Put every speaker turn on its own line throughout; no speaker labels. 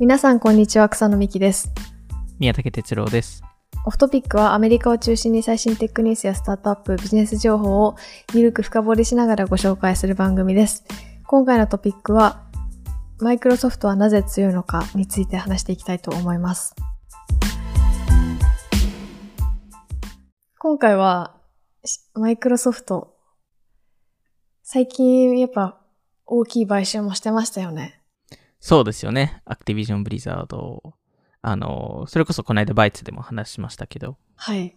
皆さんこんにちは草野美希です
宮武哲郎です。
オフトピックはアメリカを中心に最新テックニュースやスタートアップビジネス情報をゆるく深掘りしながらご紹介する番組です今回のトピックはマイクロソフトはなぜ強いのかについて話していきたいと思います今回はしマイクロソフト最近やっぱ大きい買収もしてましたよね
そうですよね。アクティビジョン・ブリザード。あの、それこそこの間バイツでも話しましたけど、
はい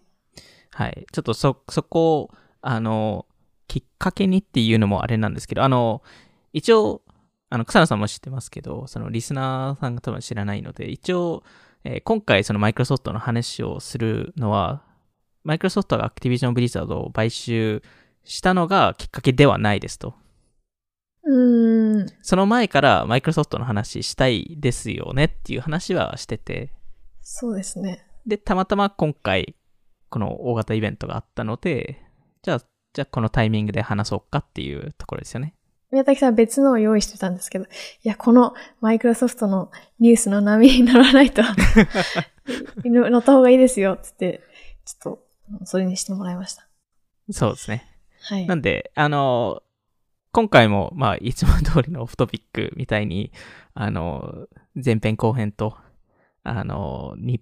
はい。ちょっとそ、そこを、あの、きっかけにっていうのもあれなんですけど、あの、一応、あの、草野さんも知ってますけど、そのリスナーさんが多分知らないので、一応、えー今回そのマイクロソフトの話をするのは、マイクロソフトがアクティビジョン・ブリザードを買収したのがきっかけではないですと。
うーん
その前からマイクロソフトの話したいですよねっていう話はしてて、
そうですね
で、たまたま今回、この大型イベントがあったので、じゃあ、じゃあこのタイミングで話そうかっていうところですよね。
宮崎さん別のを用意してたんですけど、いや、このマイクロソフトのニュースの波に乗らないと、乗った方がいいですよ、つって、ちょっと、それにしてもらいました。
そうですね。
はい
な。んで、あの、今回も、まあ、いつも通りのオフトピックみたいに、あの、前編後編と、あの、に、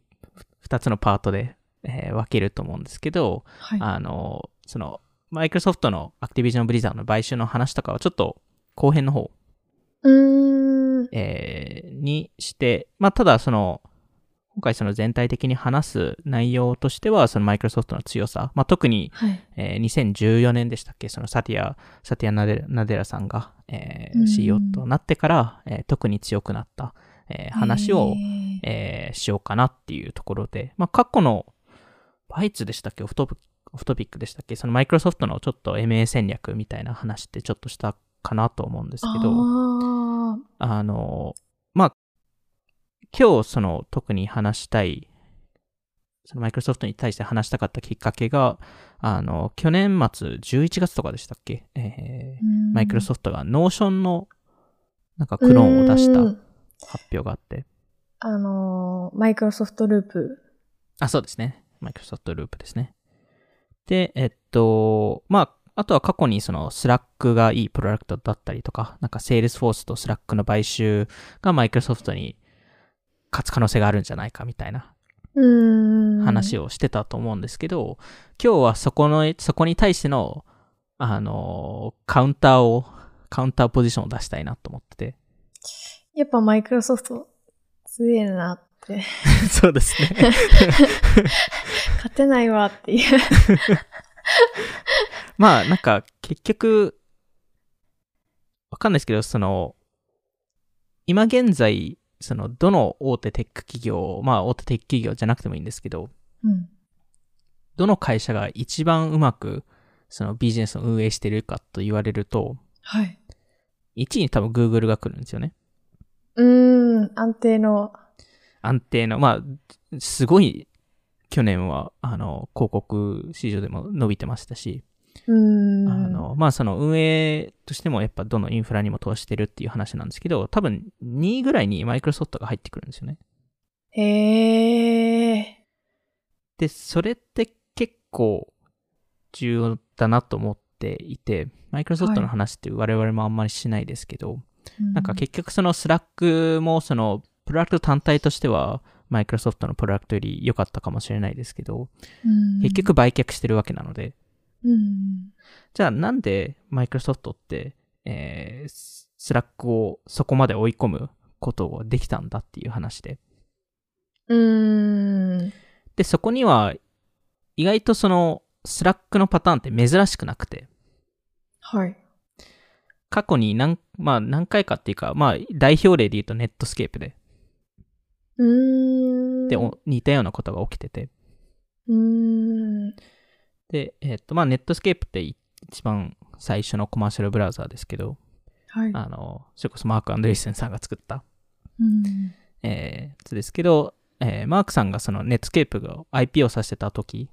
二つのパートで、えー分けると思うんですけど、
はい、
あの、その、マイクロソフトのアクティビジョン・ブリザードの買収の話とかはちょっと後編の方、
うーん。
えーにして、まあ、ただその、今回その全体的に話す内容としては、そのマイクロソフトの強さ、まあ、特に、
はい。
えー2014年でしたっけ、そのサティア、サティアナデラ・ナデラさんが、えー
うん
CEO となってから、えー特に強くなった、えー話を、
えー
えーしようかなっていうところで、まあ、過去のバイツでしたっけオフトピオフトピックでしたっけそのマイクロソフトのちょっと MA 戦略みたいな話ってちょっとしたかなと思うんですけど、
あー
あの、まあ、今日その特に話したい、そのマイクロソフトに対して話したかったきっかけが、あの、去年末11月とかでしたっけ、えー
うん
マイクロソフトがノーションのなんかクローンを出した
うーん
発表があって、
あのーマイクロソフトループ。
あ、そうですね。マイクロソフトループですね。で、えっと、まあ、あとは過去にそのスラックがいいプロダクトだったりとか、なんかセールスフォースとスラックの買収がマイクロソフトに勝つ可能性があるんじゃないかみたいな
うーん。
話
を。
をしてたと思うんですけど、今日はそこの、そこに対しての、あの、カウンターを、カウンターポジションを出したいなと思っ てて。
やっぱマイクロソフト、強えなって、
そうですね。
勝てないわっていう。
まあなんか結局、わかんないですけど、その、今現在、その、どの大手テック企業、まあ大手テック企業じゃなくてもいいんですけど、
うん。
どの会社が一番うまく、そのビジネスを運営してるかと言われると、
はい。
1位に多分 Google が来るんですよね。
うーん、安定の。
安定の、まあ、すごい、去年は、あの、広告市場でも伸びてましたし、
うーん。
あの、まあその運営としてもやっぱどのインフラにも投資してるっていう話なんですけど、多分2位ぐらいにマイクロソフトが入ってくるんですよね。
へえ。
で、それって結構重要だなと思っていて、マイクロソフトの話って我々もあんまりしないですけど、なんか結局そのスラックもそのプロダクト単体としてはマイクロソフトのプロダクトより良かったかもしれないですけど、
うん
結、局売却してるわけなので、
うん。
じゃあなんでマイクロソフトって、えーススラックをそこまで追い込むことをできたんだっていう話で。
うん。
で、そこには意外とそのスラックのパターンって珍しくなくて、
はい。
過去に何,、まあ、何回かっていうか、まあ代表例で言うとネットスケープで、
うーん。
で、お似たようなことが起きてて、
うーん。
で、えーっと、まあネットスケープってい一番最初のコマーシャルブラウザーですけど、
はい。
あの、それこそマーク・アンドリーセンさんが作った
うん。
えーやつですけど、えーマークさんがそのネットスケープが IP をさせた時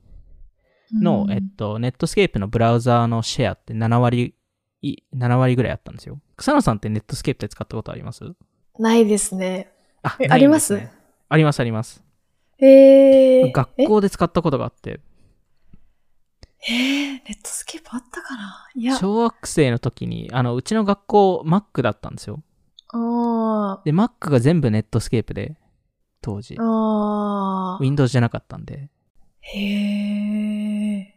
の、
うん
えっと、ネットスケープのブラウザーのシェアって7割い、7割ぐらいあったんですよ。草野さんってネットスケープで使ったことあります
ないですね。
あ
え
ないん
あります
ですねありますあります。
えー、
学校で使ったことがあって、
ええー、ネットスケープあったかないや、あ
小学生の時に、あの、うちの学校、Mac だったんですよ。
あ
で、Mac が全部ネットスケープで、当時
ー、。あー、
Windows じゃなかったんで、
へえ。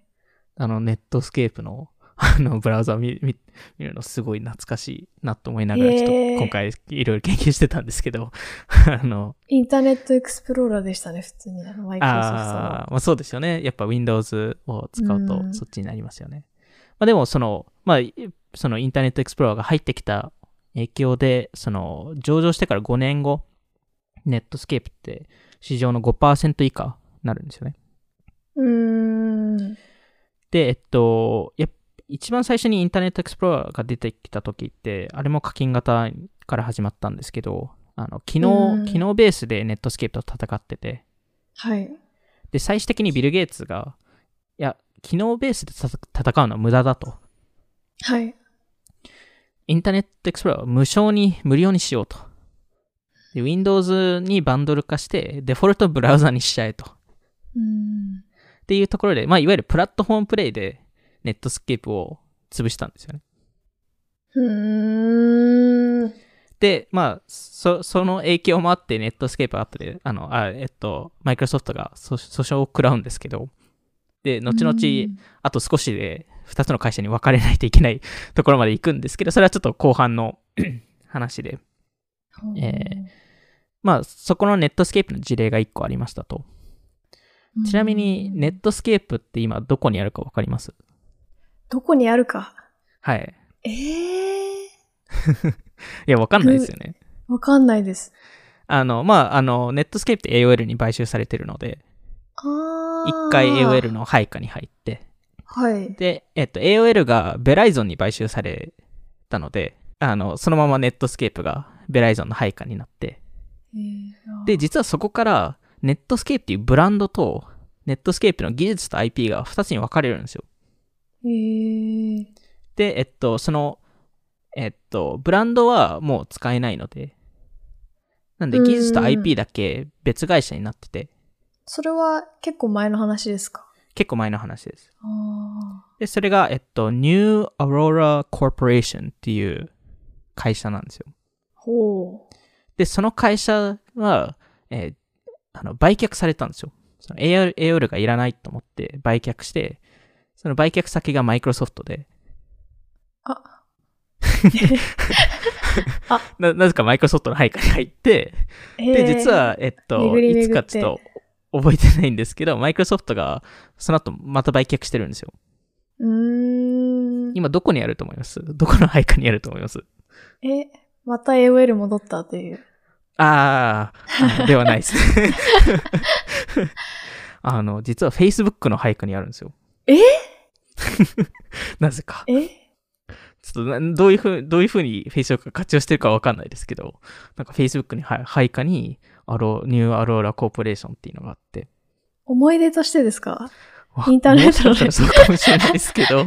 あの、ネットスケープの、 あの、ブラウザを見見見るのすごい懐かしいなと思いながら、
へー
ちょっと今回いろいろ研究してたんですけど、 あの、
インターネットエクスプローラーでしたね、普通に。あのマイクロソフト
あーまあそうですよね。やっぱ Windows を使う
う
と
ん
そっちになりますよね。まあでもその、まあ、いそのインターネットエクスプローラーが入ってきた影響で、その上場してから5年後、ネットスケープって市場の5%以下になるんですよね。
の。うーん。
で、えっと、やっ一番最初にインターネットエクスプローラーが出てきた時って、あれも課金型から始まったんですけど、あの、機
う
能、
ん
機能ベースでネットスケープと戦ってて、
はい。
で、最終的にビル・ゲイツが、いや、機能ベースで戦戦うのは無駄だと。
はい。
インターネットエクスプローラーを無償に、無料にしようと。で、Windows にバンドル化して、デフォルトブラウザにしちゃえと。
うーん。
っていうところで、まあ、いわゆるプラットフォームプレイで、ネットスケープを潰したんですよね。
うーん。
で、まあ、そその影響もあって、ネットスケープは後で、あの、あえっと、マイクロソフトが訴訴訟を食らうんですけど、で、後々、
うん
あと少しで、2つの会社に分かれないといけない ところまで行くんですけど、それはちょっと後半の 話で、えまあ、そこのネットスケープの事例が1個ありましたと。ちなみに、
うん
ネットスケープって今、どこにあるか分かります
どこにあるか。
はい。
ええ
いや、分かんないですよね。
ー、わかんないです。
あの、まあ、あの、ネットスケープって AOL に買収されてるので、
ああ。
1回 AOL。の配下に入って、
はい。
で、えっと、AOL がベライゾンに買収されたので、あの、そのままネットスケープがベライゾンの配下になって、
えー
で、、実はそこから、ネットスケープっていうブランドと、ネットスケープの技術と IP が2つに分かれるんですよ。
えー、
で、えっと、その、えっと、ブランドはもう使えないので、なんで
うん
技術と IP だけ別会社になってて、
それは結構前の話ですか
結構前の話です。
あ
で、それが、えっと、New Aurora Corporation っていう会社なんですよ。
あ。ほう。
で、その会社は、えーあの売却されたんですよ。その AOL, AOL がいらないと思って売却して、その売却先がマイクロソフトで。
あ
ななぜかマイクロソフトの配下に入って、
え
で、
ー、
実、は、えっと、
巡り巡っ
い
て
つかちょっと覚えてないんですけど、マイクロソフトがその後また売却してるんですよ。
うーん。
今どこにあると思いますどこの配下にあると思います
え、また AOL 戻ったっていう。
あーあの、ではないです。あの、実は Facebook の配下にあるんですよ。
え
なぜか。
え
ちょっとな、どういうふう、どういうふうに Facebook が活用してるかわかんないですけど、なんか Facebook には配下に、アロ、ニューアローラコーポレーションっていうのがあって。
思い出としてです か
わ
インターネットの
もしかしたらそうかもしれないですけど、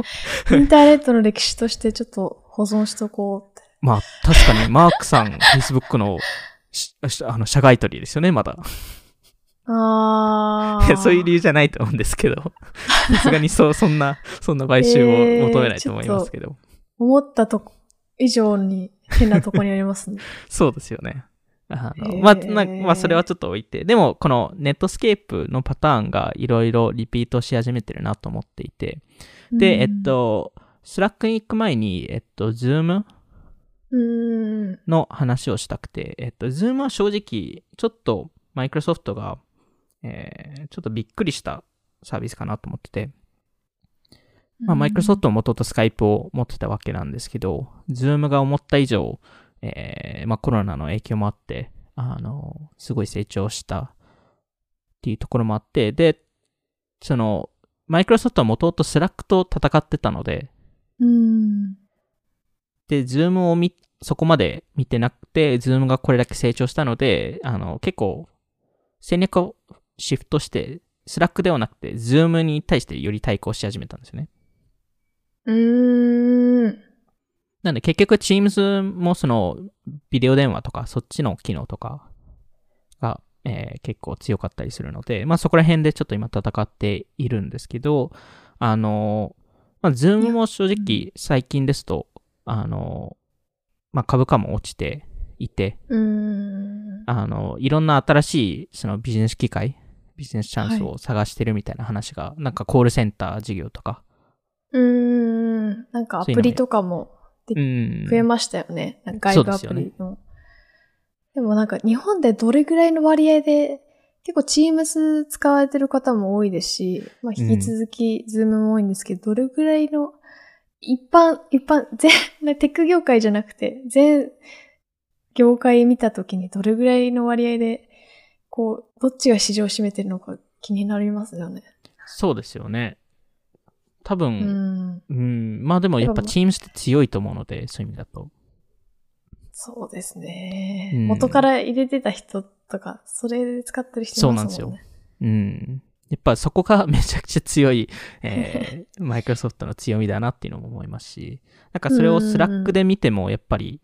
インターネットの歴史としてちょっと保存しとこうって。
まあ、確かにマークさん、Facebook の、ししあの、社外取りですよね、まだ。
あ
い
ー。
や そういう理由じゃないと思うんですけど、 さすがにそうそんな、そんな買収を求めないと思いますけど、
思ったとこ以上に変なとこにありますね。
そうですよね。あの
へー
まあ、なまあ、それはちょっと置いて、でも、このネットスケープのパターンがいろいろリピートし始めてるなと思っていて、 で、
うん
えっ、と、スラックに行く前に、えっと、ズーム
うん。
の話をしたくて、えっと、ズームは正直、ちょっとマイクロソフトが、えーちょっとびっくりしたサービスかなと思ってて、まあ、マイクロソフトももととスカイプを持ってたわけなんですけど、ズームが思った以上、えーまあ、コロナの影響もあって、あの、すごい成長したっていうところもあって、で、その、マイクロソフトはもともとスラックと戦ってたので、
うん。
で、ズームを見、そこまで見てなくて、ズームがこれだけ成長したので、あの、結構、戦略をシフトして、スラックではなくて、ズームに対してより対抗し始めたんですよね。
うん。うん。
なんで結局 Teams もそのビデオ電話とかそっちの機能とかえー結構強かったりするので、まあそこら辺でちょっと今戦っているんですけど、あの、まあ Zoom も正直最近ですと、あの、まあ株価も落ちていて、
うん。
あの、いろんな新しいそのビジネス機会、ビジネスチャンスを探してるみたいな話が、なんかコールセンター事業とか、
うん。なんかアプリとかも
うん。
増えましたよね。なんか外部アプリの。でもなんか日本でどれぐらいの割合で、結構 Teams 使われてる方も多いですし、まあ、
うん
引き続き Zoom も多いんですけど、どれぐらいの一般、一般、全、なテック業界じゃなくて、全業界見たときにどれぐらいの割合で、こう、どっちが市場を占めてるのか気になりますよね。
そうですよね。多分、
うん。
うん、まあでもやっぱ
でも
Teams って強いと思うので、そういう意味だと。
そうですね。
うん
元から入れてた人とか、それで使ってる人いますもんね。
うん。やっぱそこがめちゃくちゃ強い、え ー、マイクロソフトの強みだなっていうのも思いますし、なんかそれをスラックで見てもやっぱり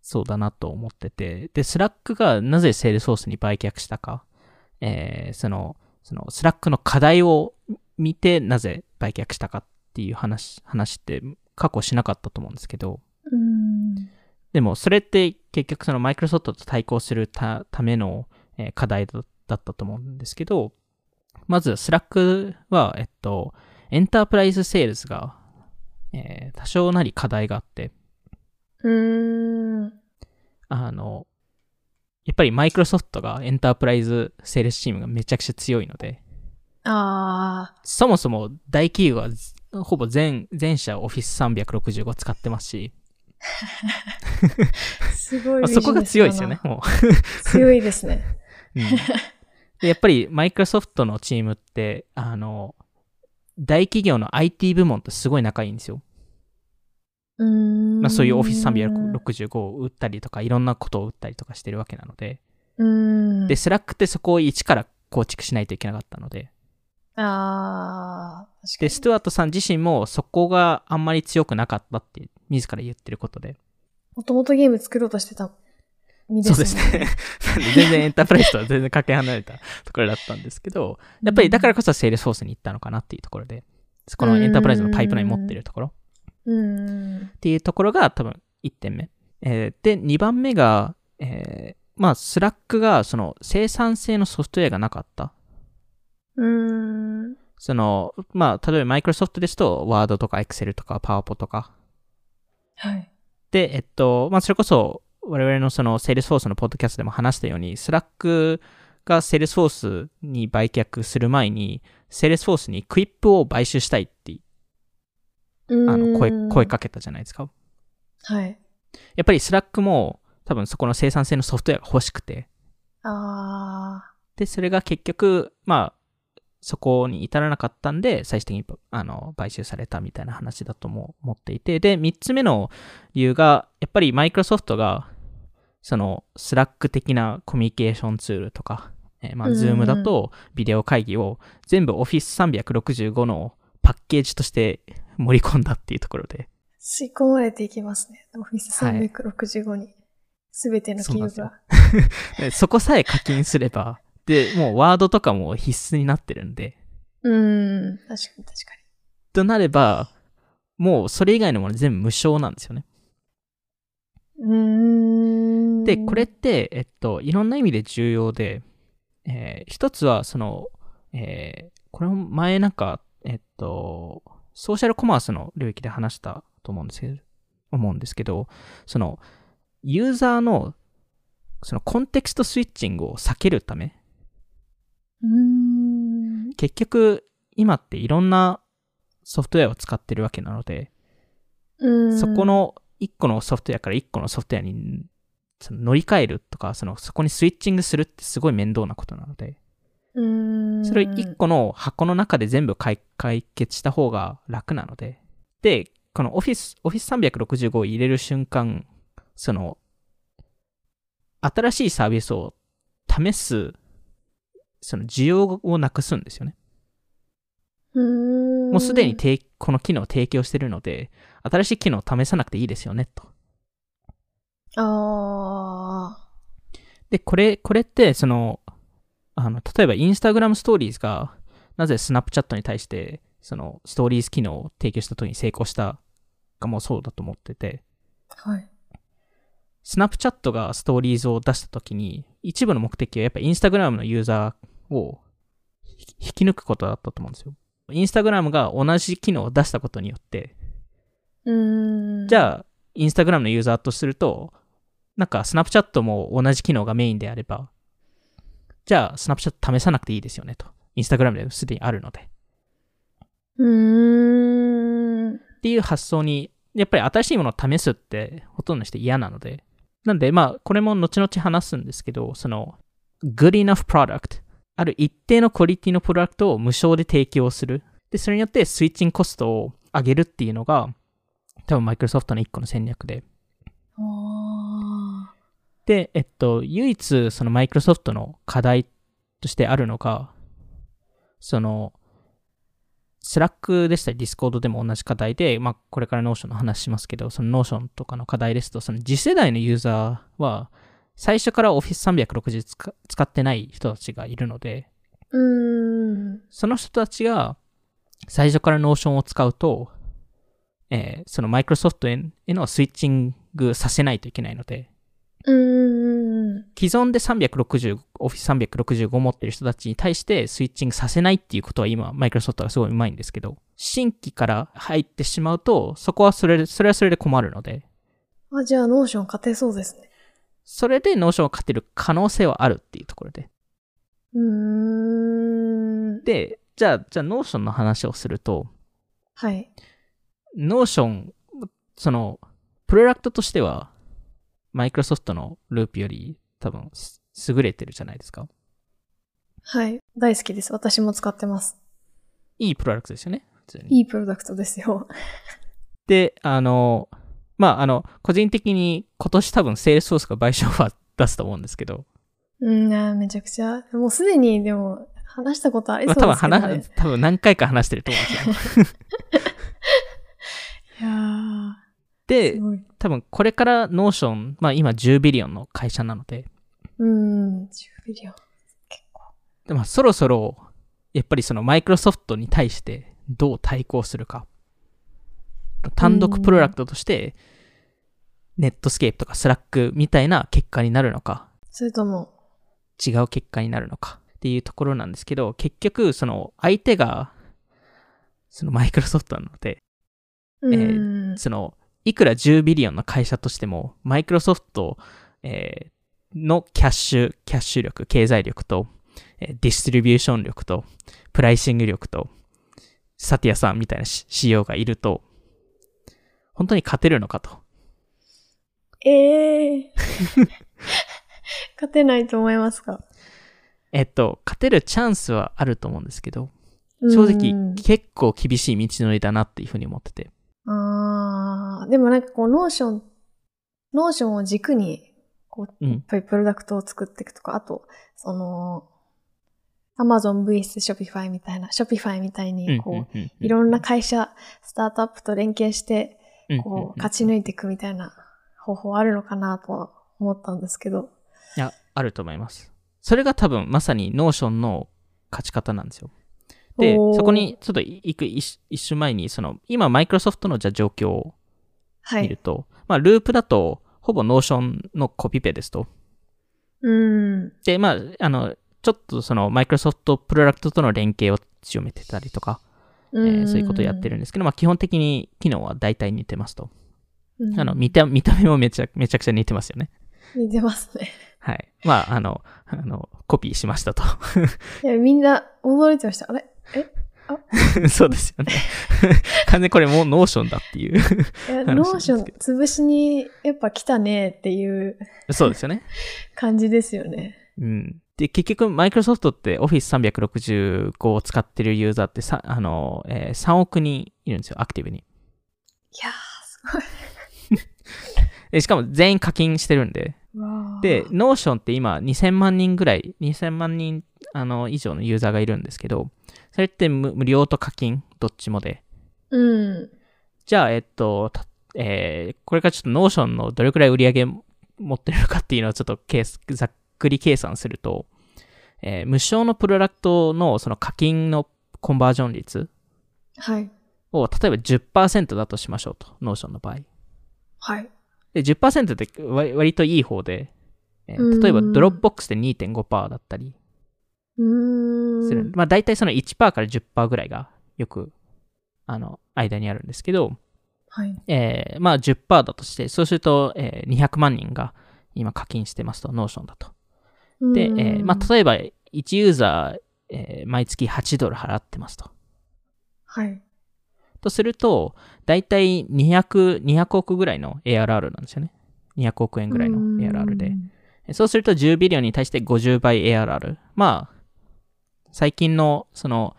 そうだなと思ってて、で、スラックがなぜセールソースに売却したか、えーその、そのスラックの課題を見てなぜ売却したかっていう話、話って過去しなかったと思うんですけど、
うん。
でもそれって結局そのマイクロソフトと対抗するたための、えー課題だだったと思うんですけど、まず Slack は、えっと、エンタープライズセールスが、えー多少なり課題があって、
うーん。
あの、やっぱりマイクロソフトがエンタープライズセールスチームがめちゃくちゃ強いので、
ああ。
そもそも大企業はほぼ全、全社 Office365 使ってますし、
すごいビ
まあ
ジネスだな。
そこが強いですよね、もう。
強いですね。
うんでやっぱりマイクロソフトのチームって、あの、大企業の IT 部門とすごい仲いいんですよ。
うーん。
まあ、そういう Office365 を売ったりとか、いろんなことを売ったりとかしてるわけなので。
うーん。
で、Slack ってそこを一から構築しないといけなかったので。
ああ。
で、
確か
スチュワートさん自身もそこがあんまり強くなかったって、自ら言ってることで。
に。もともとゲーム作ろうとしてた身
そう
も
で
ん
すね。 なんで全然エンタープライズとは全然かけ離れたところだったんですけど、やっぱりだからこそセールスフォースに行ったのかなっていうところで、そこのエンタープライズのパイプライン持ってるところ。
うん。う
っていうところが多分1点目。えーで、2番目が、えーまあ、スラックがその生産性のソフトウェアがなかった。
ーん。う
その、まあ、例えばマイクロソフトですと、ワードとかエクセルとかパワポとか。
ーん。はい。
で、えっと、まあ、それこそ、我々のその、セールスフォースのポッドキャストでも話したように、スラックがセールスフォースに売却する前に、セールスフォースにクイップを買収したいって、
うーん
あの、声、声。かけたじゃないですか。
はい。
やっぱりスラックも、多分そこの生産性のソフトウェアが欲しくて、
ああ。
で、それが結局、まあ、そこに至らなかったんで、最終的にあの買収されたみたいな話だとも思っていて、で、3つ目の理由が、やっぱりマイクロソフトが、その、スラック的なコミュニケーションツールとか、えーまあ、
うんうん
ズームだと、ビデオ会議を全部 Office365 のパッケージとして盛り込んだっていうところで、
吸い込まれていきますね。オフィス
はい
365に。すべての企業
そうな
が。
でそこさえ課金すれば、で、もうワードとかも必須になってるんで、
うーん。確かに確かに。
となれば、もうそれ以外のもの全部無償なんですよね。
うーん。
で、これって、えっと、いろんな意味で重要で、えー一つは、その、えーこれも前なんか、えっと、ソーシャルコマースの領域で話したと思うんですけど、思うんですけど、その、ユーザーの、そのコンテクストスイッチングを避けるため、
うーん。
結局、今っていろんなソフトウェアを使ってるわけなので、
うん
そこ、の1個のソフトウェアから1個のソフトウェアにその乗り換えるとかその、そこにスイッチングするってすごい面倒なことなので、
うん
それを1個の箱の中で全部解解決した方が楽なので、で、この Office、Office365 を入れる瞬間、その、新しいサービスを試す、その需要をなくすんですよね。
も
もうすでに提この機能を提供してるので、新しい機能を試さなくていいですよね、と。
ああ。
で、これ、これって、その、あの、例えばインスタグラムストーリーズが、なぜスナップチャットに対して、その、ストーリーズ機能を提供した時に成功したかもそうだと思ってて、
はい。
スナップチャットがストーリーズを出した時に、一部の目的はやっぱインスタグラムのユーザーを引き引き抜くことだったと思うんですよ。インスタグラムが同じ機能を出したことによって、
うーん。
じ
あ、
ゃあ、インスタグラムのユーザーとすると、なんか、スナップチャットも同じ機能がメインであれば、じゃあ、スナップチャット試さなくていいですよねと。インスタグラムですでにあるので。
うーん。
っていう発想に、やっぱり新しいものを試すって、ほとんどの人嫌なので。なんで、まあ、これも後々話すんですけど、その、good enough product。ある一定のクオリティのプロダクトを無償で提供する。で、それによってスイッチングコストを上げるっていうのが、多分マイクロソフトの一個の戦略で。
あ
で、えっと、唯一、そのマイクロソフトの課題としてあるのが、その、スラックでしたり、ディスコードでも同じ課題で、まあ、これからノーションの話しますけど、そのノーションとかの課題ですと、その次世代のユーザーは、最初から Office360 使使ってない人たちがいるので、
ーうーん。
その人たちが最初からノーションを使うと、えーそのマイクロソフトへへのスイッチングさせないといけないので、
うーん。
既存で360、Office365 持ってる人たちに対してスイッチングさせないっていうことは今、マイクロソフトがすごいうまいんですけど、新規から入ってしまうと、そこはそれで、それはそれで困るので、
あ、じゃあ、ノーション勝てそうですね。
それでノーションを勝てる可能性はあるっていうところで。
うーん。
で、じゃあ、じゃあノーションの話をすると、
はい。
ノーション、その、プロダクトとしては、マイクロソフトのループより多分、す優れてるじゃないですか。
はい。大好きです。私も使ってます。
いいプロダクトですよね、普通に。
いいプロダクトですよ。
で、あの、まあ、あの、個人的に今年多分セールスフォースが賠償は出すと思うんですけど、
うん、あーめちゃくちゃ。もうすでに、でも、話したことあり
ま
そう
あ、
で
多分
すけど、ね。
話、多分何回か話してると思うんですよ。
いやー
で
す、ごい。
多分これからノーション、まあ今10ビリオンの会社なので、
うん、10ビリオン。
でまあそろそろ、やっぱりそのマイクロソフトに対してどう対抗するか。単独プロダクトとして、ネットスケープとかスラックみたいな結果になるのか、
それとも、
違う結果になるのかっていうところなんですけど、結局、その相手が、そのマイクロソフトなので、
う
え
ーん。
その、いくら10ビリオンの会社としても、マイクロソフト、えーのキャッシュ、キャッシュ力、経済力と、えーディストリビューション力と、プライシング力と、サティアさんみたいなし仕様がいると、本当に勝てるのかと。
ええー。勝てないと思いますか
えっと、勝てるチャンスはあると思うんですけど、正
うん
直結構厳しい道のりだなっていうふうに思ってて。
あーでもなんかこう、ノーション、ノーションを軸に、こう、
うん
やっぱりプロダクトを作っていくとか、あと、その、Amazon vs Shopify みたいな、Shopify みたいに、こう、いろんな会社、スタートアップと連携して、こう、勝ち抜いていくみたいな方法あるのかなとは思ったんですけど。
いや、あると思います。それが多分まさにノーションの勝ち方なんですよ。で、
おー
そこ、にちょっと行く一一周前に、その、今、マイクロソフトのじゃあ状況を
は
見る
い。
と、まあ、ループだと、ほぼノーションのコピペですと。
うん。
で、まあ、あの、ちょっとその、マイクロソフトプロダクトとの連携を強めてたりとか、えーそういうことをやって
る。
るんですけど、まあ、基本的に機能は大体似てますと。
うん
あの、見た、見た目もめちゃ、めちゃくちゃ似てますよね。
見てますね。
はい。まあ、あの、あの、コピーしましたと。
いや、みんな驚いてました。あれ
そうですよね。完全にこれもうノーションだって いう。
いや
話なん
ノ
ですけど
ーション潰しにやっぱ来たねっていう
そうですよね。
感じですよね。
うん。で、結局、マイクロソフトって Office365 を使ってるユーザーってさあの、えー3億人いるんですよ、アクティブに。
いや
でしかも全員課金してるんで。
ー、わー
で、Notion って今2000万人ぐらい、2000万人あの以上のユーザーがいるんですけど、それって無無料と課金、どっちもで。
うん。
じゃあ、えっと、たえーこれからちょっと Notion のどれくらい売り上げ持ってるのかっていうのをちょっと計算ざっくり計算すると、えー無償のプロダクトのその課金のコンバージョン率
はい。
を例えば10%だとしましょうと、ノーションの場合。
はい。
で、10%って割割といい方で、えー
うん
例えばドロップボックスで2.5%だったり
うーん。
する。まあ大体その1%から10%ぐらいがよく、あの、間にあるんですけど、
はい。
えーまあ10%だとして、そうすると、えー200万人が今課金してますと、ノーションだと。で、え
うー
ー
ん
まあ、例えば1ユーザー、えー毎月8ドル払ってますと。
はい。
とすると、だいたい200、200億ぐらいの ARR なんですよね。200億円ぐらいの ARR
うー
で。
ん
そうすると10ビリオンに対して50倍 ARR。まあ、最近のその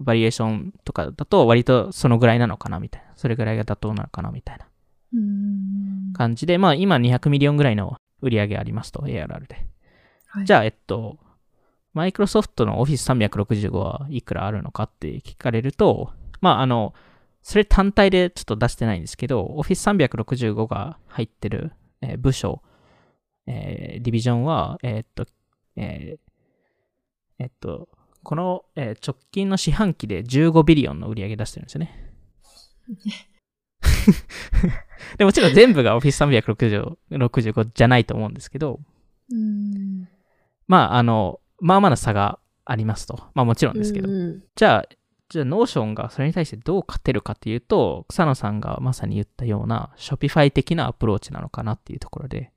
バリエーションとかだと割とそのぐらいなのかなみたいな。それぐらいが妥当なのかなみたいな
うーん。
感じで、まあ今200ミリオンぐらいの売り上げありますと ARR で。
はい
じゃあ、えっと、マイクロソフトの Office365 はいくらあるのかって聞かれると、まあ、あの、それ単体でちょっと出してないんですけど、Office365 が入ってる、えー部署、えーディビジョンは、えーっと、えーえっと、この、えー直近の四半期で15ビリオンの売り上げ出してるんですよね。 でもちろん全部が Office365 じゃないと思うんですけど、
うーん。
まあ、あの、まあまあな差がありますと。まあもちろんですけど。
うん
じゃあ、じゃあ、ノーションがそれに対してどう勝てるかっていうと、草野さんがまさに言ったような、ショピファイ的なアプローチなのかなっていうところで、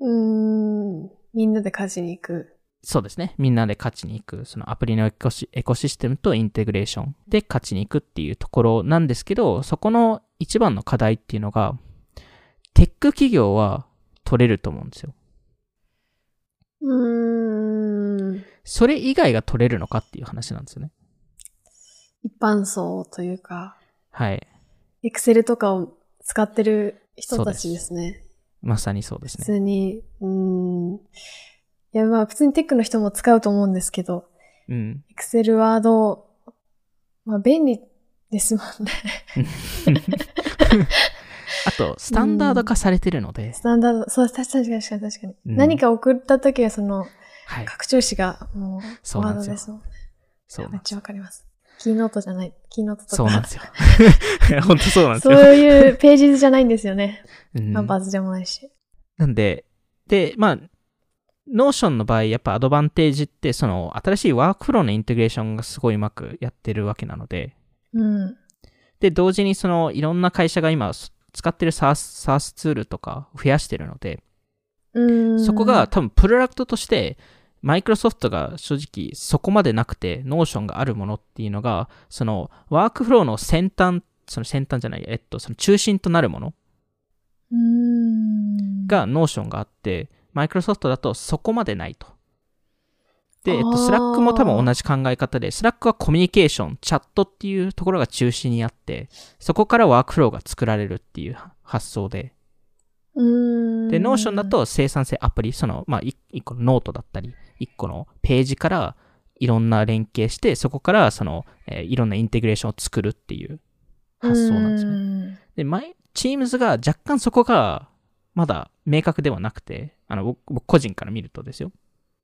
うん。うーん。みんなで勝ちに行く。
そうですね。みんなで勝ちに行く、そのアプリのエコシエコシステムとインテグレーションで勝ちに行くっていうところなんですけど、そこの一番の課題っていうのが、テック企業は取れると思うんですよ。
うーん。
それ以外が取れるのかっていう話なんですよね。
一般層というか、
はい。
エクセルとかを使ってる人たちですね。
まさにそうです
普通
ね。
に、うーん。いや、まあ、普通にテックの人も使うと思うんですけど、
うん。
Excel、Word、まあ、便利ですもんね。
あと、スタンダード化されてるので、
スタンダード、そう、確かに確かに確かに。
うん
何か送った時は、その、
はい。
拡張子が、もう、
そうなん
Word
ですよ
ですもんね。
そう
め
な
っちゃわかります。キーノートじゃない、キーノートとか。
そうなんですよ。 本当そうなんです
そう
よ。
いうページじゃないんですよね。
うん
パンパーズでもないし。
なんで、で、まあ、ノーションの場合、やっぱアドバンテージって、その、新しいワークフローのインテグレーションがすごいうまくやってるわけなので、
うん。
で、同時に、その、いろんな会社が今、そ使ってる SaaS, SaaS ツールとか増やしてるので、
うん。
そこが、多分プロダクトとして、マイクロソフトが正直そこまでなくて、ノーションがあるものっていうのが、そのワークフローの先端、その先端じゃない、えっと、その中心となるもの
うん。、
がノーションがあって、マイクロソフトだとそこまでないと。で、えっ
あ
と、
ー
スラックも多分同じ考え方で、スラックはコミュニケーション、チャットっていうところが中心にあって、そこからワークフローが作られるっていう発想で、
うん。
で、ノーションだ、と生産性アプリ、その、まあ、1個のノートだったり、1個のページからいろんな連携して、そこからその、えーいろんなインテグレーションを作るっていう発想なんですね。
ね。
で、前、Teams が若干そこがまだ明確ではなくて、あの、僕僕個人から見るとですよ。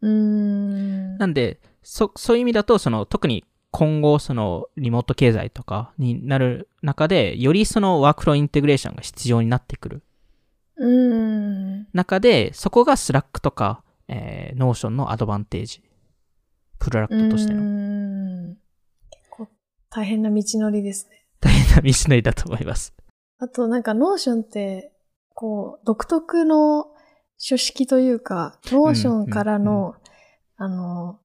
うん。
なんで、そ、そういう意味だと、その、特に今後、その、リモート経済とかになる中で、よりそのワークフローインテグレーションが必要になってくる。
うん。
中で、そこがスラックとか、えー、ノーションのアドバンテージ。プロダクトとして
う
の
ーん結構大変な道のりですね。
大変な道のりだと思います。
あとなんかノーションって、こう、独特の書式というか、ノーションからの、あの、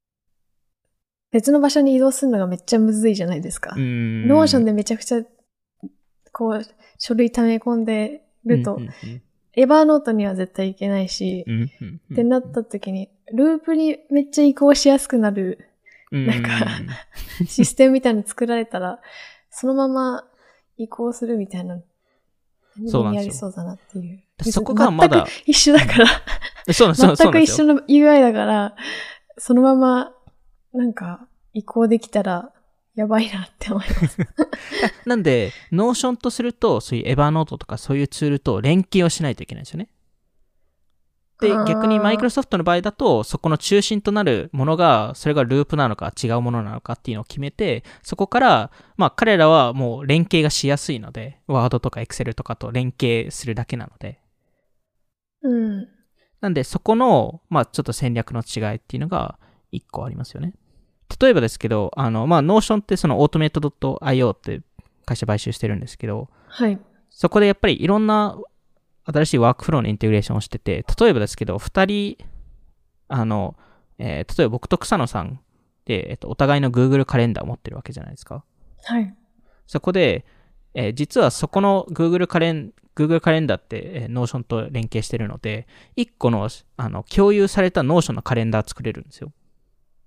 別の場所に移動するのがめっちゃむずいじゃないですか。ノ
ノ
ーション
で
でめちゃくちゃ、こう、書類溜め込んでると、
うん
エバーノートには絶対いけないし、
うんうんうんうん
ってなった時に、ループにめっちゃ移行しやすくなる なんかシステムみたいなの作られたら、そのまま移行するみたいな、
そうなんですよ
やりそうだなっていう。
そこがま
全
だ
く一緒だから、
うん そうなんそうそう
全
な
く
んで
一
す
緒
よ。
の UI だから、そのまま、なんか、移行できたら、やばいなって思います。
なんで、ノーションとすると、そういうエヴァーノートとかそういうツールと連携をしないといけないんですよね。で
あー
逆にマイクロソフトの場合だとそこの中心となるものがそれがループなのか違うものなのかっていうのを決めてそこからまあ彼らはもう連携がしやすいのでワードとかエクセルとかと連携するだけなので
うん。
なんでそこのまあちょっと戦略の違いっていうのが一個ありますよね例えばですけどあのまあノーションってそのオートメイト .io って会社買収してるんですけど
はい。
そこでやっぱりいろんな新しいワークフローのインテグレーションをしてて、例えばですけど、二人、あの、えー例えば僕と草野さんで、えっと、お互いの Google カレンダーを持ってるわけじゃないですか。
はい。
そこで、えー実はそこの Google カレン、Google カレンダーって、えー Notion と連携してるので、一個の、あの、共有された Notion のカレンダー作れるんですよ。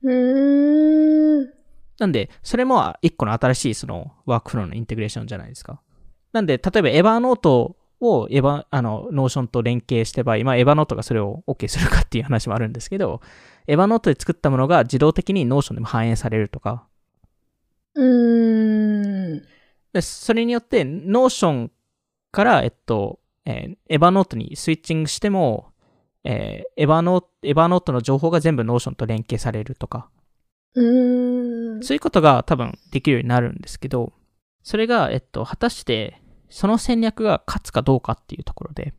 うーん。
なんで、それも一個の新しいそのワークフローのインテグレーションじゃないですか。なんで、例えばエヴァノートをエヴァ、あの、ノーションと連携して場合、まあエヴァノートがそれを OK するかっていう話もあるんですけど、エヴァノートで作ったものが自動的にノーションでも反映されるとか、
うーん。
でそれによってノーションから、えっと、えエヴァノートにスイッチングしても、えエヴァノエヴァノートの情報が全部ノーションと連携されるとか、
うーん。
そういうことが多分できるようになるんですけど、それが、えっと、果たして、その戦略が勝つかどうかっていうところで。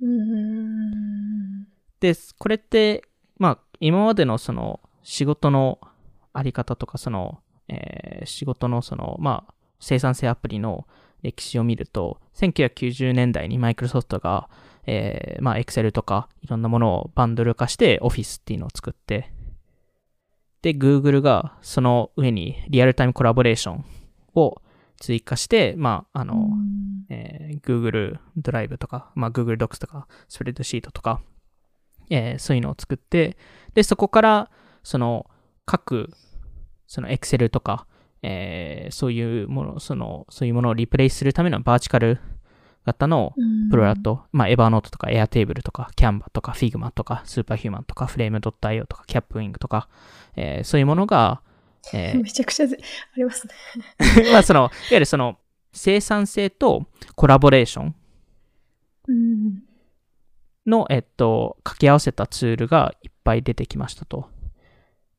うーん。
で、これって、まあ、今までのその、仕事のあり方とか、その、えー仕事のその、まあ、生産性アプリの歴史を見ると、1990年代にマイクロソフトが、えーまあ、Excel とか、いろんなものをバンドル化して Office っていうのを作って、で、Google がその上にリアルタイムコラボレーションを追加して、まあ、あの、えー Google ドライブとか、まあ、Google Docs とか、スプレッドシートとか、えーそういうのを作って、で、そこから、その、各、その Excel とか、えーそういうもの、その、そういうものをリプレイするためのバーチカル型の
うん
プロダクト、まあ、Evernote とか Airtable とか Canva とか Figma とか Superhuman とか Frame.io とか Capwing とか、えーそういうものが、えー
めちゃくちゃぜありますね。
まあ、その、いわゆるその、生産性とコラボレーション
うん。
の、えっと、掛け合わせたツールがいっぱい出てきましたと。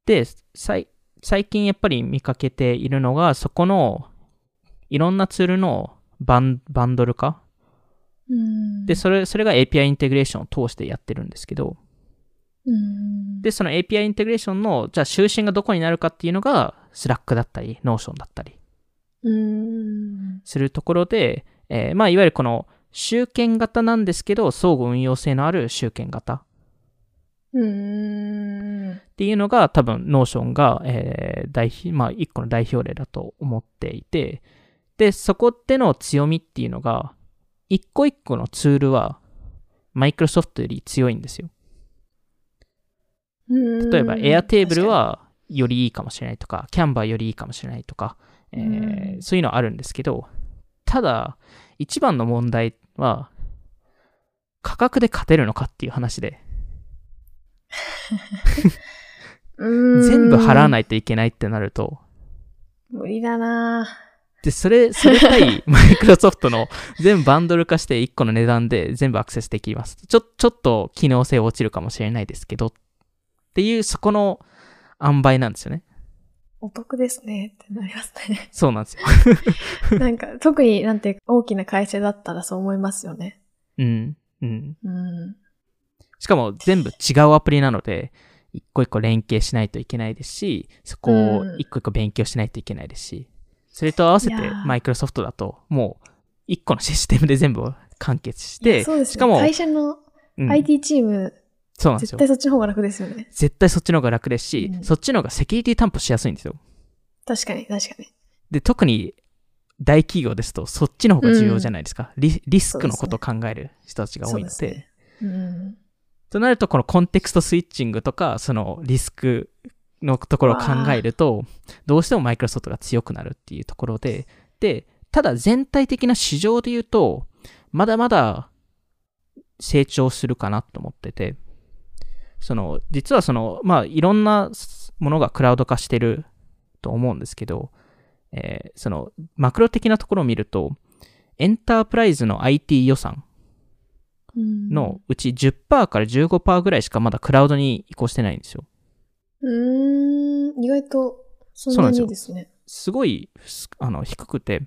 で、さい最近やっぱり見かけているのが、そこのいろんなツールのバンバンドル化。
うん。
で、それ、それが API インテグレーションを通してやってるんですけど、
うん。
で、その API インテグレーションの、じゃあ、終身がどこになるかっていうのが、Slack だったり、Notion だったり
うん。
するところで、えーまあ、いわゆるこの、集権型なんですけど、相互運用性のある集権型。
うん。
っていうのが多分 Notion が、えー代表まあ、一個の代表例だと思っていて、で、そこでの強みっていうのが、一個一個のツールは、Microsoft より強いんですよ。例
例
えば Airtable はよりいいかもしれないとか、Canva よりいいかもしれないとか、えー
うん
そういうのあるんですけど、ただ、一番の問題は、価格で勝てるのかっていう話で、全
全
部払わ
い。
ないといけないってなると、
無理だなぁ
で、それ、そ れ対マイクロソフトの全部バンドル化して1個の値段で全部アクセスできます。ちょ、ちょっと機能性落ちるかもしれないですけど、っていうそこの塩梅なんですよね。
お得ですねってなりますね。
そうなんですよ。
なんか、特になんて大きな会社だったらそう思いますよね。
うん。うん。
うん。
しかも全部違うアプリなので、一個一個連携しないといけないですし、そこを
うん
一個一個勉強しないといけないですし、それと合わせて
いやー
マイクロソフトだと、もう一個のシステムで全部を完結し
い
て、
やそうです、ね、
しかも、
会社の
うん
IT チーム、
そうなんです
絶
よ。
対そっちの方が楽ですよね。
絶対そっちの方が楽ですし、
うん
そっちの方がセキュリティ担保しやすいんですよ。
確かに、確かに。
で、特に大企業ですと、そっちの方が重要じゃないですか。リリスクのことを考える人たちが多いので。
そうですねうん。
となると、このコンテクストスイッチングとか、そのリスクのところを考えると、どうしてもマイクロソフトが強くなるっていうところで、で、ただ全体的な市場で言うと、まだまだ成長するかなと思ってて、その、実はその、まあ、いろんなものがクラウド化してると思うんですけど、えーその、マクロ的なところを見ると、エンタープライズの IT 予算のうち10%から15%ぐらいしかまだクラウドに移行してないんですよ。
うん、うーん意外とそんなにですね。
すごいすあの低くて。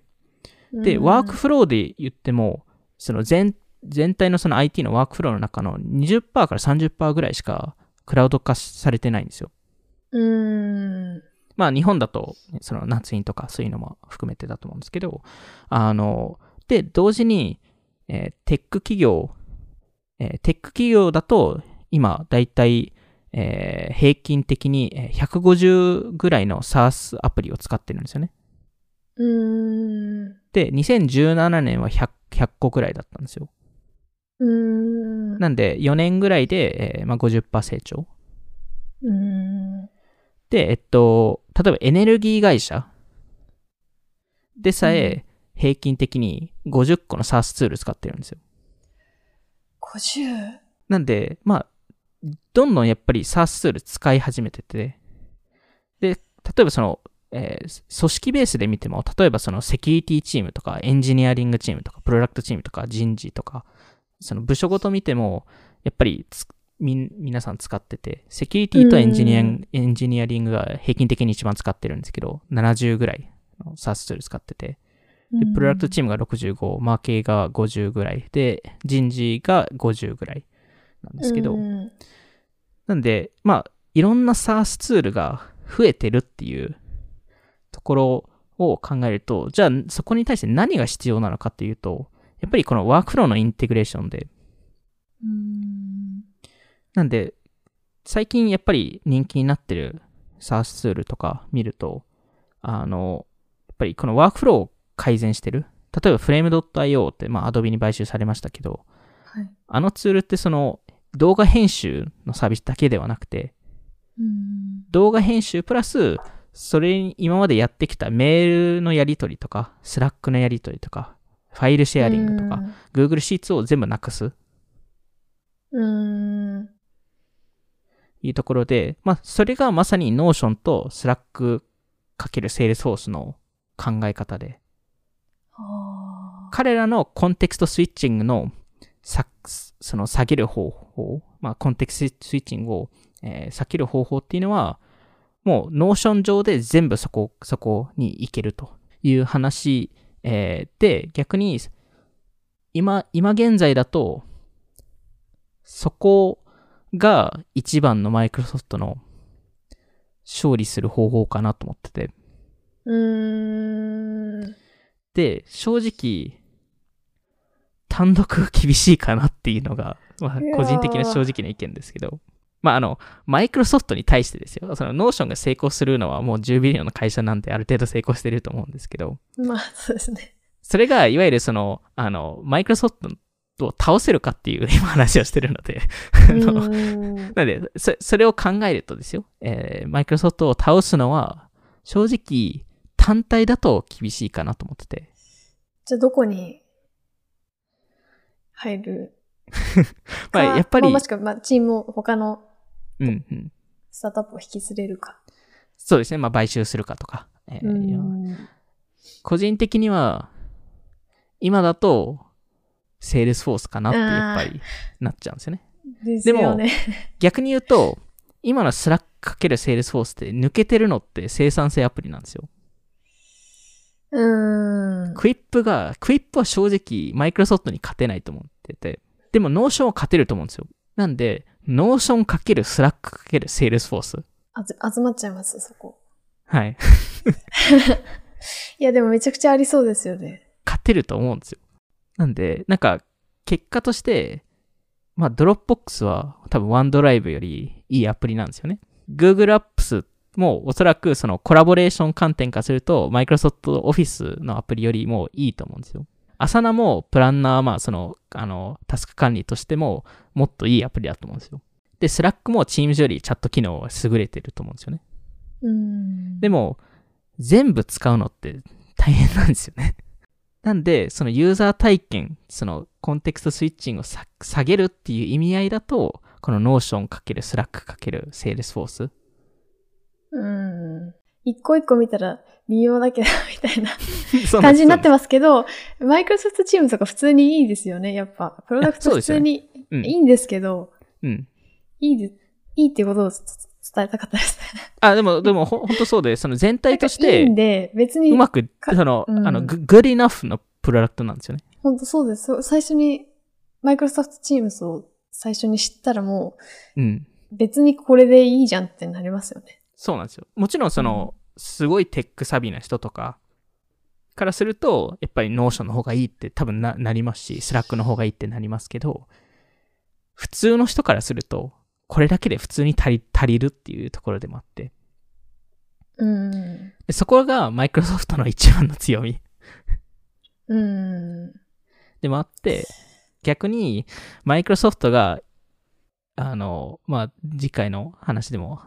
で、ワークフローで言っても、その全全体のその IT のワークフローの中の20%から30%ぐらいしかクラウド化されてないんですよ。
うーん。
まあ日本だと、その夏印とかそういうのも含めてだと思うんですけど、あの、で、同時に、えーテック企業、えーテック企業だと、今、だいたい、えー平均的にえー150ぐらいの SaaS アプリを使ってるんですよね。
うーん。
で、2017年は 100, 100個ぐらいだったんですよ。
うーん。
なんで、4年ぐらいで、えーまあ、50%成長。
うーん。
で、えっと、例えばエネルギー会社でさえ平均的に50個の SaaS ツール使ってるんですよ。
50?
なんで、まあ、どんどんやっぱり SaaS ツール使い始めてて、で、例えばその、えー組織ベースで見ても、例えばそのセキュリティチームとかエンジニアリングチームとかプロダクトチームとか人事とか、その部署ごと見ても、やっぱりつみん、皆さん使ってて、セキュリティとエンジニア
うん
エンジニアリングが平均的に一番使ってるんですけど、70ぐらいの SaaS ツール使ってて、で、プロダクトチームが65、マーケーが50ぐらい、で、人事が50ぐらいなんですけど、
うん
なんで、まあ、いろんな SaaS ツールが増えてるっていうところを考えると、じゃあそこに対して何が必要なのかっていうと、やっぱりこのワークフローのインテグレーションで、
うん
なんで、最近やっぱり人気になってる SaaS ツールとか見ると、あの、やっぱりこのワークフローを改善してる。例えば frame.io って、まあ、Adobe に買収されましたけど、
はい。
あのツールってその動画編集のサービスだけではなくて、
うん
動画編集プラス、それに今までやってきたメールのやり取りとか、Slack のやり取りとか、ファイルシェアリングとか、。Google シーツを全部なくす。
うん。うん
いうところで、まあ、それがまさに Notion と Slack かける Salesforce の考え方で、
あ
彼らのコンテクストスイッチングのさその下げる方法、まあ、コンテクストスイッチングを、えー避ける方法っていうのは、もう Notion 上で全部そこ、そこに行けるという話、えーで、逆に、今、今現在だと、そこが一番のマイクロソフトの勝利する方法かなと思ってて。
ーうん。
で、正直、単独厳しいかなっていうのが、まあ
いやー、
個人的な正直な意見ですけど、まあ、あの、マイクロソフトに対してですよ、その、ノーションが成功するのはもう10ビリオンの会社なんで、ある程度成功してると思うんですけど、
まあ、そうです ね。
それが、いわゆるその、あの、マイクロソフトを倒せるかっていう 今話をしてるので、あの
うん
なんで、そそれを考えるとですよ、えーマイクロソフトを倒すのは、正直、単体だと厳しいかなと思ってて、
じゃあ、どこに入る
まあ、
か
やっぱり、
まあもしくは、まあ、チームを他の
うんうん。
スタートアップを引き連れるか。
そうですね、まあ、買収するかとか。えー
うん
個人的には、今だと、セールスフォースかなってやっぱりなっちゃうんですよね。
ですよね。
逆に言うと、今のスラックかけるセールスフォースって抜けてるのって生産性アプリなんですよ。
うん。
クイップが、クイップは正直マイクロソフトに勝てないと思ってて、でもノーションは勝てると思うんですよ。なんで、ノーションかけるスラックかけるセールスフォース。
あず集まっちゃいます、そこ。
はい。
いや、でもめちゃくちゃありそうですよね。
勝てると思うんですよ。なんで、なんか、結果として、まあ、ドロップボックスは多分ワンドライブよりいいアプリなんですよね。Google Apps もおそらくそのコラボレーション観点からすると Microsoft Office のアプリよりもいいと思うんですよ。アサナもプランナー、まあその、あの、タスク管理としてももっといいアプリだと思うんですよ。で、Slack も Teams よりチャット機能は優れてると思うんですよね。
うん。
でも、全部使うのって大変なんですよね。 なんで、そのユーザー体験、そのコンテクストスイッチングをさ下げるっていう意味合いだと、 この Notion かける Slack かける Salesforce
うん。一個一個見たら微妙だけど、みたいな
そう
感じになって
ま
ますけど、マイクロソフトチームとか普通にいいですよね、やっぱ。プロダクト
そう
普
ですよ
通に
す。うん
いいんですけど、
うん。
いいで、いいってことをつつ伝えたかったです。
あ、でも、でも、ほほんとそうで、その全体とし
いい
て
ん、で、別に、
うまく、
か
その、
うん
あの、ググッドイナフのプロダクトなんですよね。
本当そうです。そう最初に、マイクロソフトチームスを最初に知ったらも
うん。
う、別にこれでいいじゃんってなりますよね。
そうなんですよ。もちろん、その、すごいテックサビな人とか、からすると、やっぱりノーションの方がいいって多分ななりますし、スラックの方がいいってなりますけど、普通の人からすると、これだけで普通に足り足りるっていうところでもあって、
うん。
でそこがマイクロソフトの一番の強み
うん。
でもあって、逆に、マイクロソフトが、あの、まあ、次回の話でも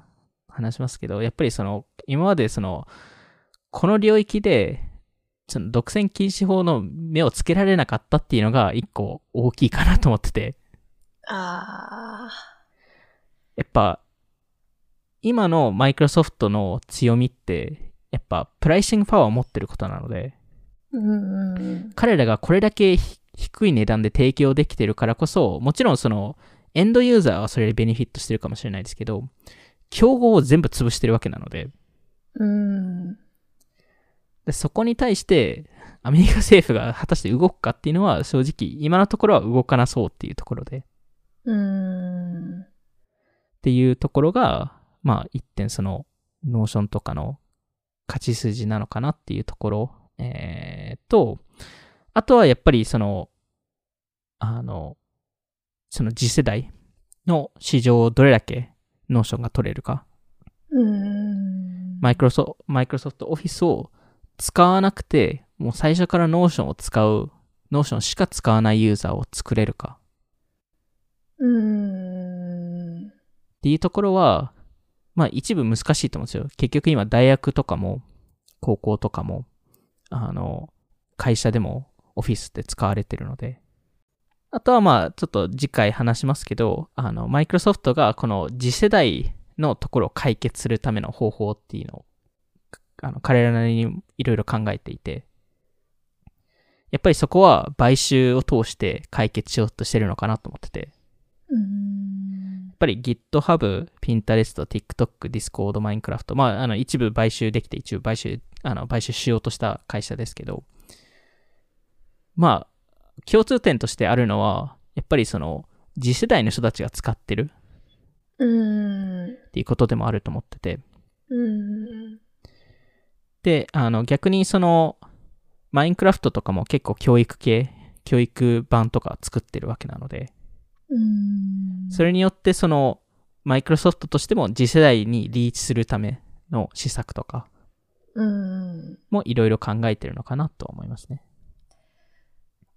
話しますけど、やっぱりその、今までその、この領域で、その独占禁止法の目をつけられなかったっていうのが一個大きいかなと思ってて、
あ
やっぱ、今のマイクロソフトの強みって、やっぱプライシングパワーを持ってることなので、
ー。うんうん。
彼らがこれだけひ低い値段で提供できてるからこそ、もちろんその、エンドユーザーはそれでベネフィットしてるかもしれないですけど、競合を全部潰してるわけなので、
うん。
でそこに対して、アメリカ政府が果たして動くかっていうのは、正直、今のところは動かなそうっていうところで、っ
うん。
ていうところが、まあ、一点その、ノーションとかの勝ち筋なのかなっていうところ、えーと、あとはやっぱりその、あの、その次世代の市場をどれだけノーションが取れるか、
うん。
マイクロソマイクロソフトオフィスを使わなくて、もう最初からノーションを使う、ノーションしか使わないユーザーを作れるか
うん。
っていうところは、まあ一部難しいと思うんですよ。結局今大学とかも、高校とかも、あの、会社でもオフィスって使われてるので。あとはまあちょっと次回話しますけど、あの、マイクロソフトがこの次世代のところを解決するための方法っていうのを、あの、彼らなりにいろいろ考えていて、やっぱりそこは買収を通して解決しようとしてるのかなと思ってて。
うん
やっぱり GitHub、Pinterest、TikTok、Discord、Minecraft、まあ、あの一部買収できて、一部買収、あの買収しようとした会社ですけど、まあ、共通点としてあるのは、やっぱりその、次世代の人たちが使ってる
うん。
っていうことでもあると思ってて、
うん。
で、あの、逆にその、マインクラフトとかも結構教育系、教育版とか作ってるわけなので、
うん。
それによってそのマイクロソフトとしても次世代にリーチするための施策とか
うん。
もいろいろ考えてるのかなとは思いますね。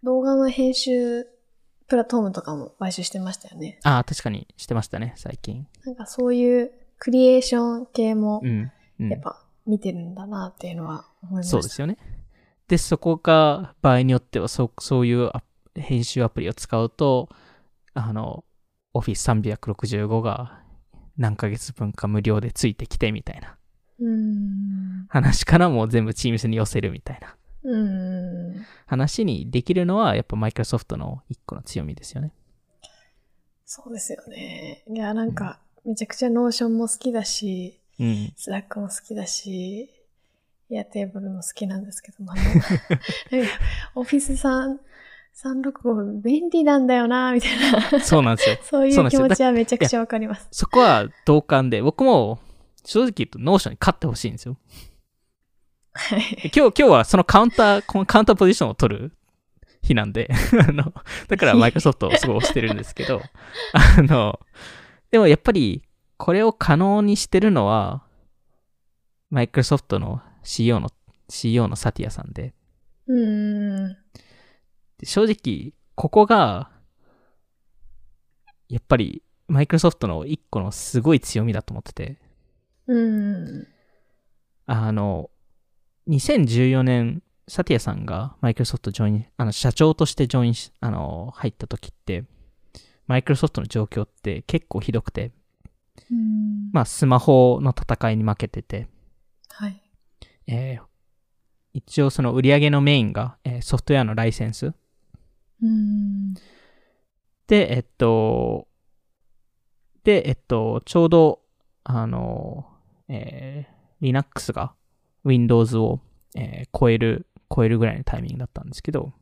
動画の編集プラットフォームとかも買収してましたよね。
ああ、確かにしてましたね、最近。
なんかそういうクリエーション系も
うん。うん
やっぱ見てるんだなっていうのは思いました。
そうですよね。で、そこが場合によってはそそういうアプ編集アプリを使うと、あの、Office365 が何ヶ月分か無料でついてきてみたいな
うーん。
話からもう全部 Teams に寄せるみたいな
うーん。
話にできるのはやっぱマイクロソフトの一個の強みですよね。
そうですよね。いや、なんかめちゃくちゃノーションも好きだし、
うん。
スラックも好きだし、エアテーブルも好きなんですけども、あのなんかオフィスさん365便利なんだよなみたいな、。
そうなんですよ
そうい
そう
う
な
ん気
ですよ
持ちはめちゃくちゃわかります。
そこは同感で、僕も正直言うとノーションに勝ってほしいんですよ。
はい。
今日、今日はそのカウンター、このカウンターポジションを取る日なんで、 あの、だからマイクロソフトをすごい推してるんですけど、 あの、でもやっぱりこれを可能にしてるのは、マイクロソフトの CEO の、CEO のサティアさんで、
うーん。
で正直、ここが、やっぱり、マイクロソフトの一個のすごい強みだと思ってて、
うん。
あの、2014年、サティアさんがマイクロソフトジョイン、あの、社長としてジョインし、あの、入った時って、マイクロソフトの状況って結構ひどくて、
うん
まあ、スマホの戦いに負けてて、
はい。
えー一応その売り上げのメインが、えーソフトウェアのライセンス。
うん。
で、えっと、で、えっと、ちょうど、あの、えー Linux が Windows を、えー超える、超えるぐらいのタイミングだったんですけど、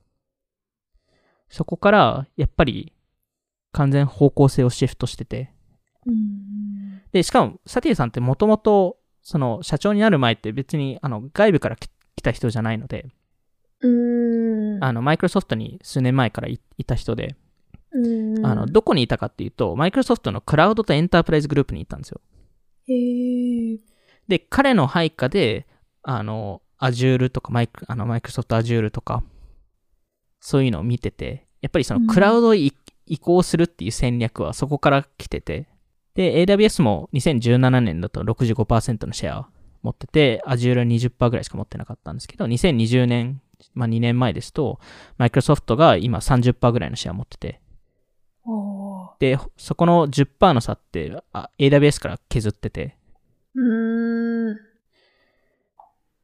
そこから、やっぱり、完全方向性をシフトしてて、
うん。
で、しかも、サティさんってもともと、その、社長になる前って別に、あの、外部からき来た人じゃないので、
うん。
あの、マイクロソフトに数年前からいいた人で、
うん、
あの、どこにいたかっていうと、マイクロソフトのクラウドとエンタープライズグループにいたんですよ。
へえ。
で、彼の配下で、あの、Azure とかマイク、あの、マイクロソフト Azure とか、そういうのを見てて、やっぱりそ
うん
のクラウドい移行するっていう戦略はそこから来てて、で、AWS も2017年だと65%のシェアを持ってて、Azure は20%ぐらいしか持ってなかったんですけど、2020年、まあ2年前ですと、マイクロソフトが今30%ぐらいのシェアを持ってて、
おー
で、そこの10%の差ってあ AWS から削ってて、
うーん。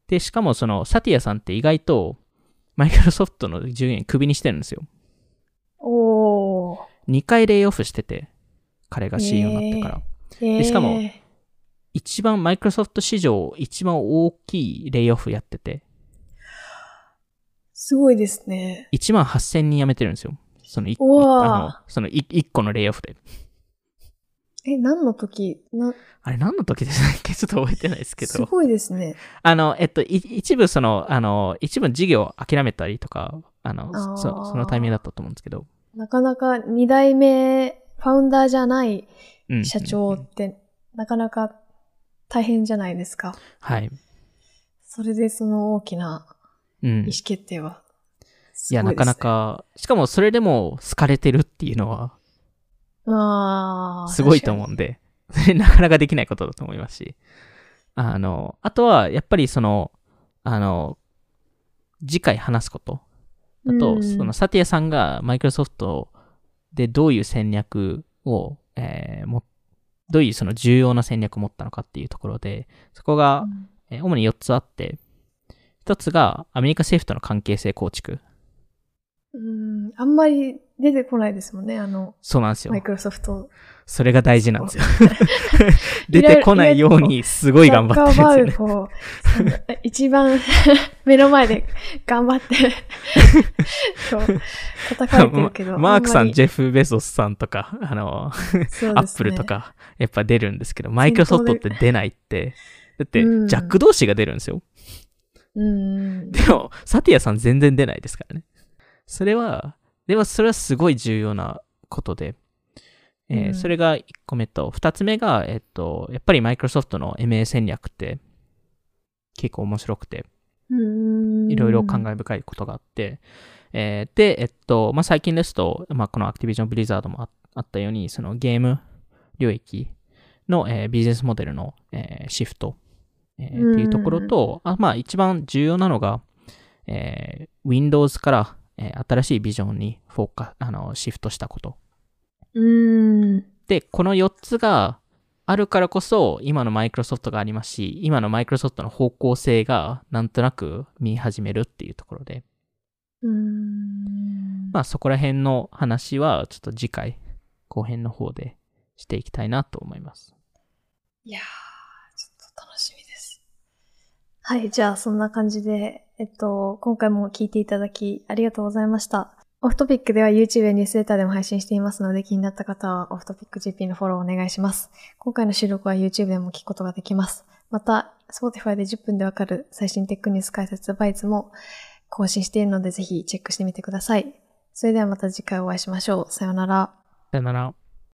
で、しかもそのサティアさんって意外とマイクロソフトの従業員クビにしてるんですよ。
おー
2回レイオフしてて、彼が CEO になってから。
えー。
しかも一番マイクロソフト史上一番大きいレイオフやってて、
すごいですね。
1万8000人辞めてるんですよ。その 1,
うわー
そのい一個のレイオフで。
え、何の時な
あれ何の時でしたっけちょっと覚えてないですけ
す
ど。
ごいですね。
あの、えっと、い一部その、あの、一部事業を諦めたりとか、あの、そ
あー
そのタイミングだったと思うんですけど。
なかなか二代目ファウンダーじゃない
うん
社長って、なかなか大変じゃないですか。
はい。
それでその大きな
うん。
意思決定は、
いや、なかな。か、しかもそれでも好かれてるっていうのは、
ああ。
すごいと思うんで、 なかなかできないことだと思いますし。あの、あとは、やっぱりその、あの、次回話すことだと、
うん
そのサティアさんがマイクロソフトでどういう戦略を、えーも、どういうその重要な戦略を持ったのかっていうところで、そこが、
確かに。
えー主に4つあって、1つがアメリカ政府との関係性構築。
うん、うんあんまり出てこないですもんね、あの、
そうなんですよ
マイ。クロソフト。
それが大事なんですよ。 出
いろいろ
てこないようにすごい頑張ってるんですよ
ザ
ね
ッ。カーバーグをこう一番 目の前で 頑張って、 こう、叩かれてるけ ど。
マークさ
あ
ん、
まり
ジェフ・ベゾスさんとか、あの、
そうで
アッ
す
プ
ね
ルとか、やっぱ出るんですけど、マイクロソフトって出ないって。だって、
うん
ジャック同士が出るんですよ。
うん。
でも、サティアさん全然出ないですからね。それは、では、それはすごい重要なことで、えー
うん
それが1個目と、2つ目が、えっと、やっぱりマイクロソフトの MA 戦略って、結構面白くて、
うん
いろいろ感慨深いことがあって、えーで、えっと、まあ、最近ですと、まあ、このアクティビジョン・ブリザードもああったように、そのゲーム領域の、えービジネスモデルの、えーシフト、えー
うん
っていうところと、あまあ、一番重要なのが、えー Windows から、えー新しいビジョンにフォーカあのシフトしたこと。
うん。
で、この4つがあるからこそ、今のマイクロソフトがありますし、今のマイクロソフトの方向性がなんとなく見え始めるっていうところで、
うん。
まあそこら辺の話はちょっと次回後編の方でしていきたいなと思います。
いやー、ちょっと楽しみです。はい、じゃあそんな感じで、えっと、今回も聞いていただきありがとうございました。オフトピックでは YouTube やニュースレターでも配信していますので気になった方はオフトピック GP のフォローお願いします。今回の収録は YouTube でも聞くことができます。また、Spotify で10分でわかる最新テックニュース解説バイツも更新しているのでぜひチェックしてみてください。それではまた次回お会いしましょう。さようなら。
さよなら。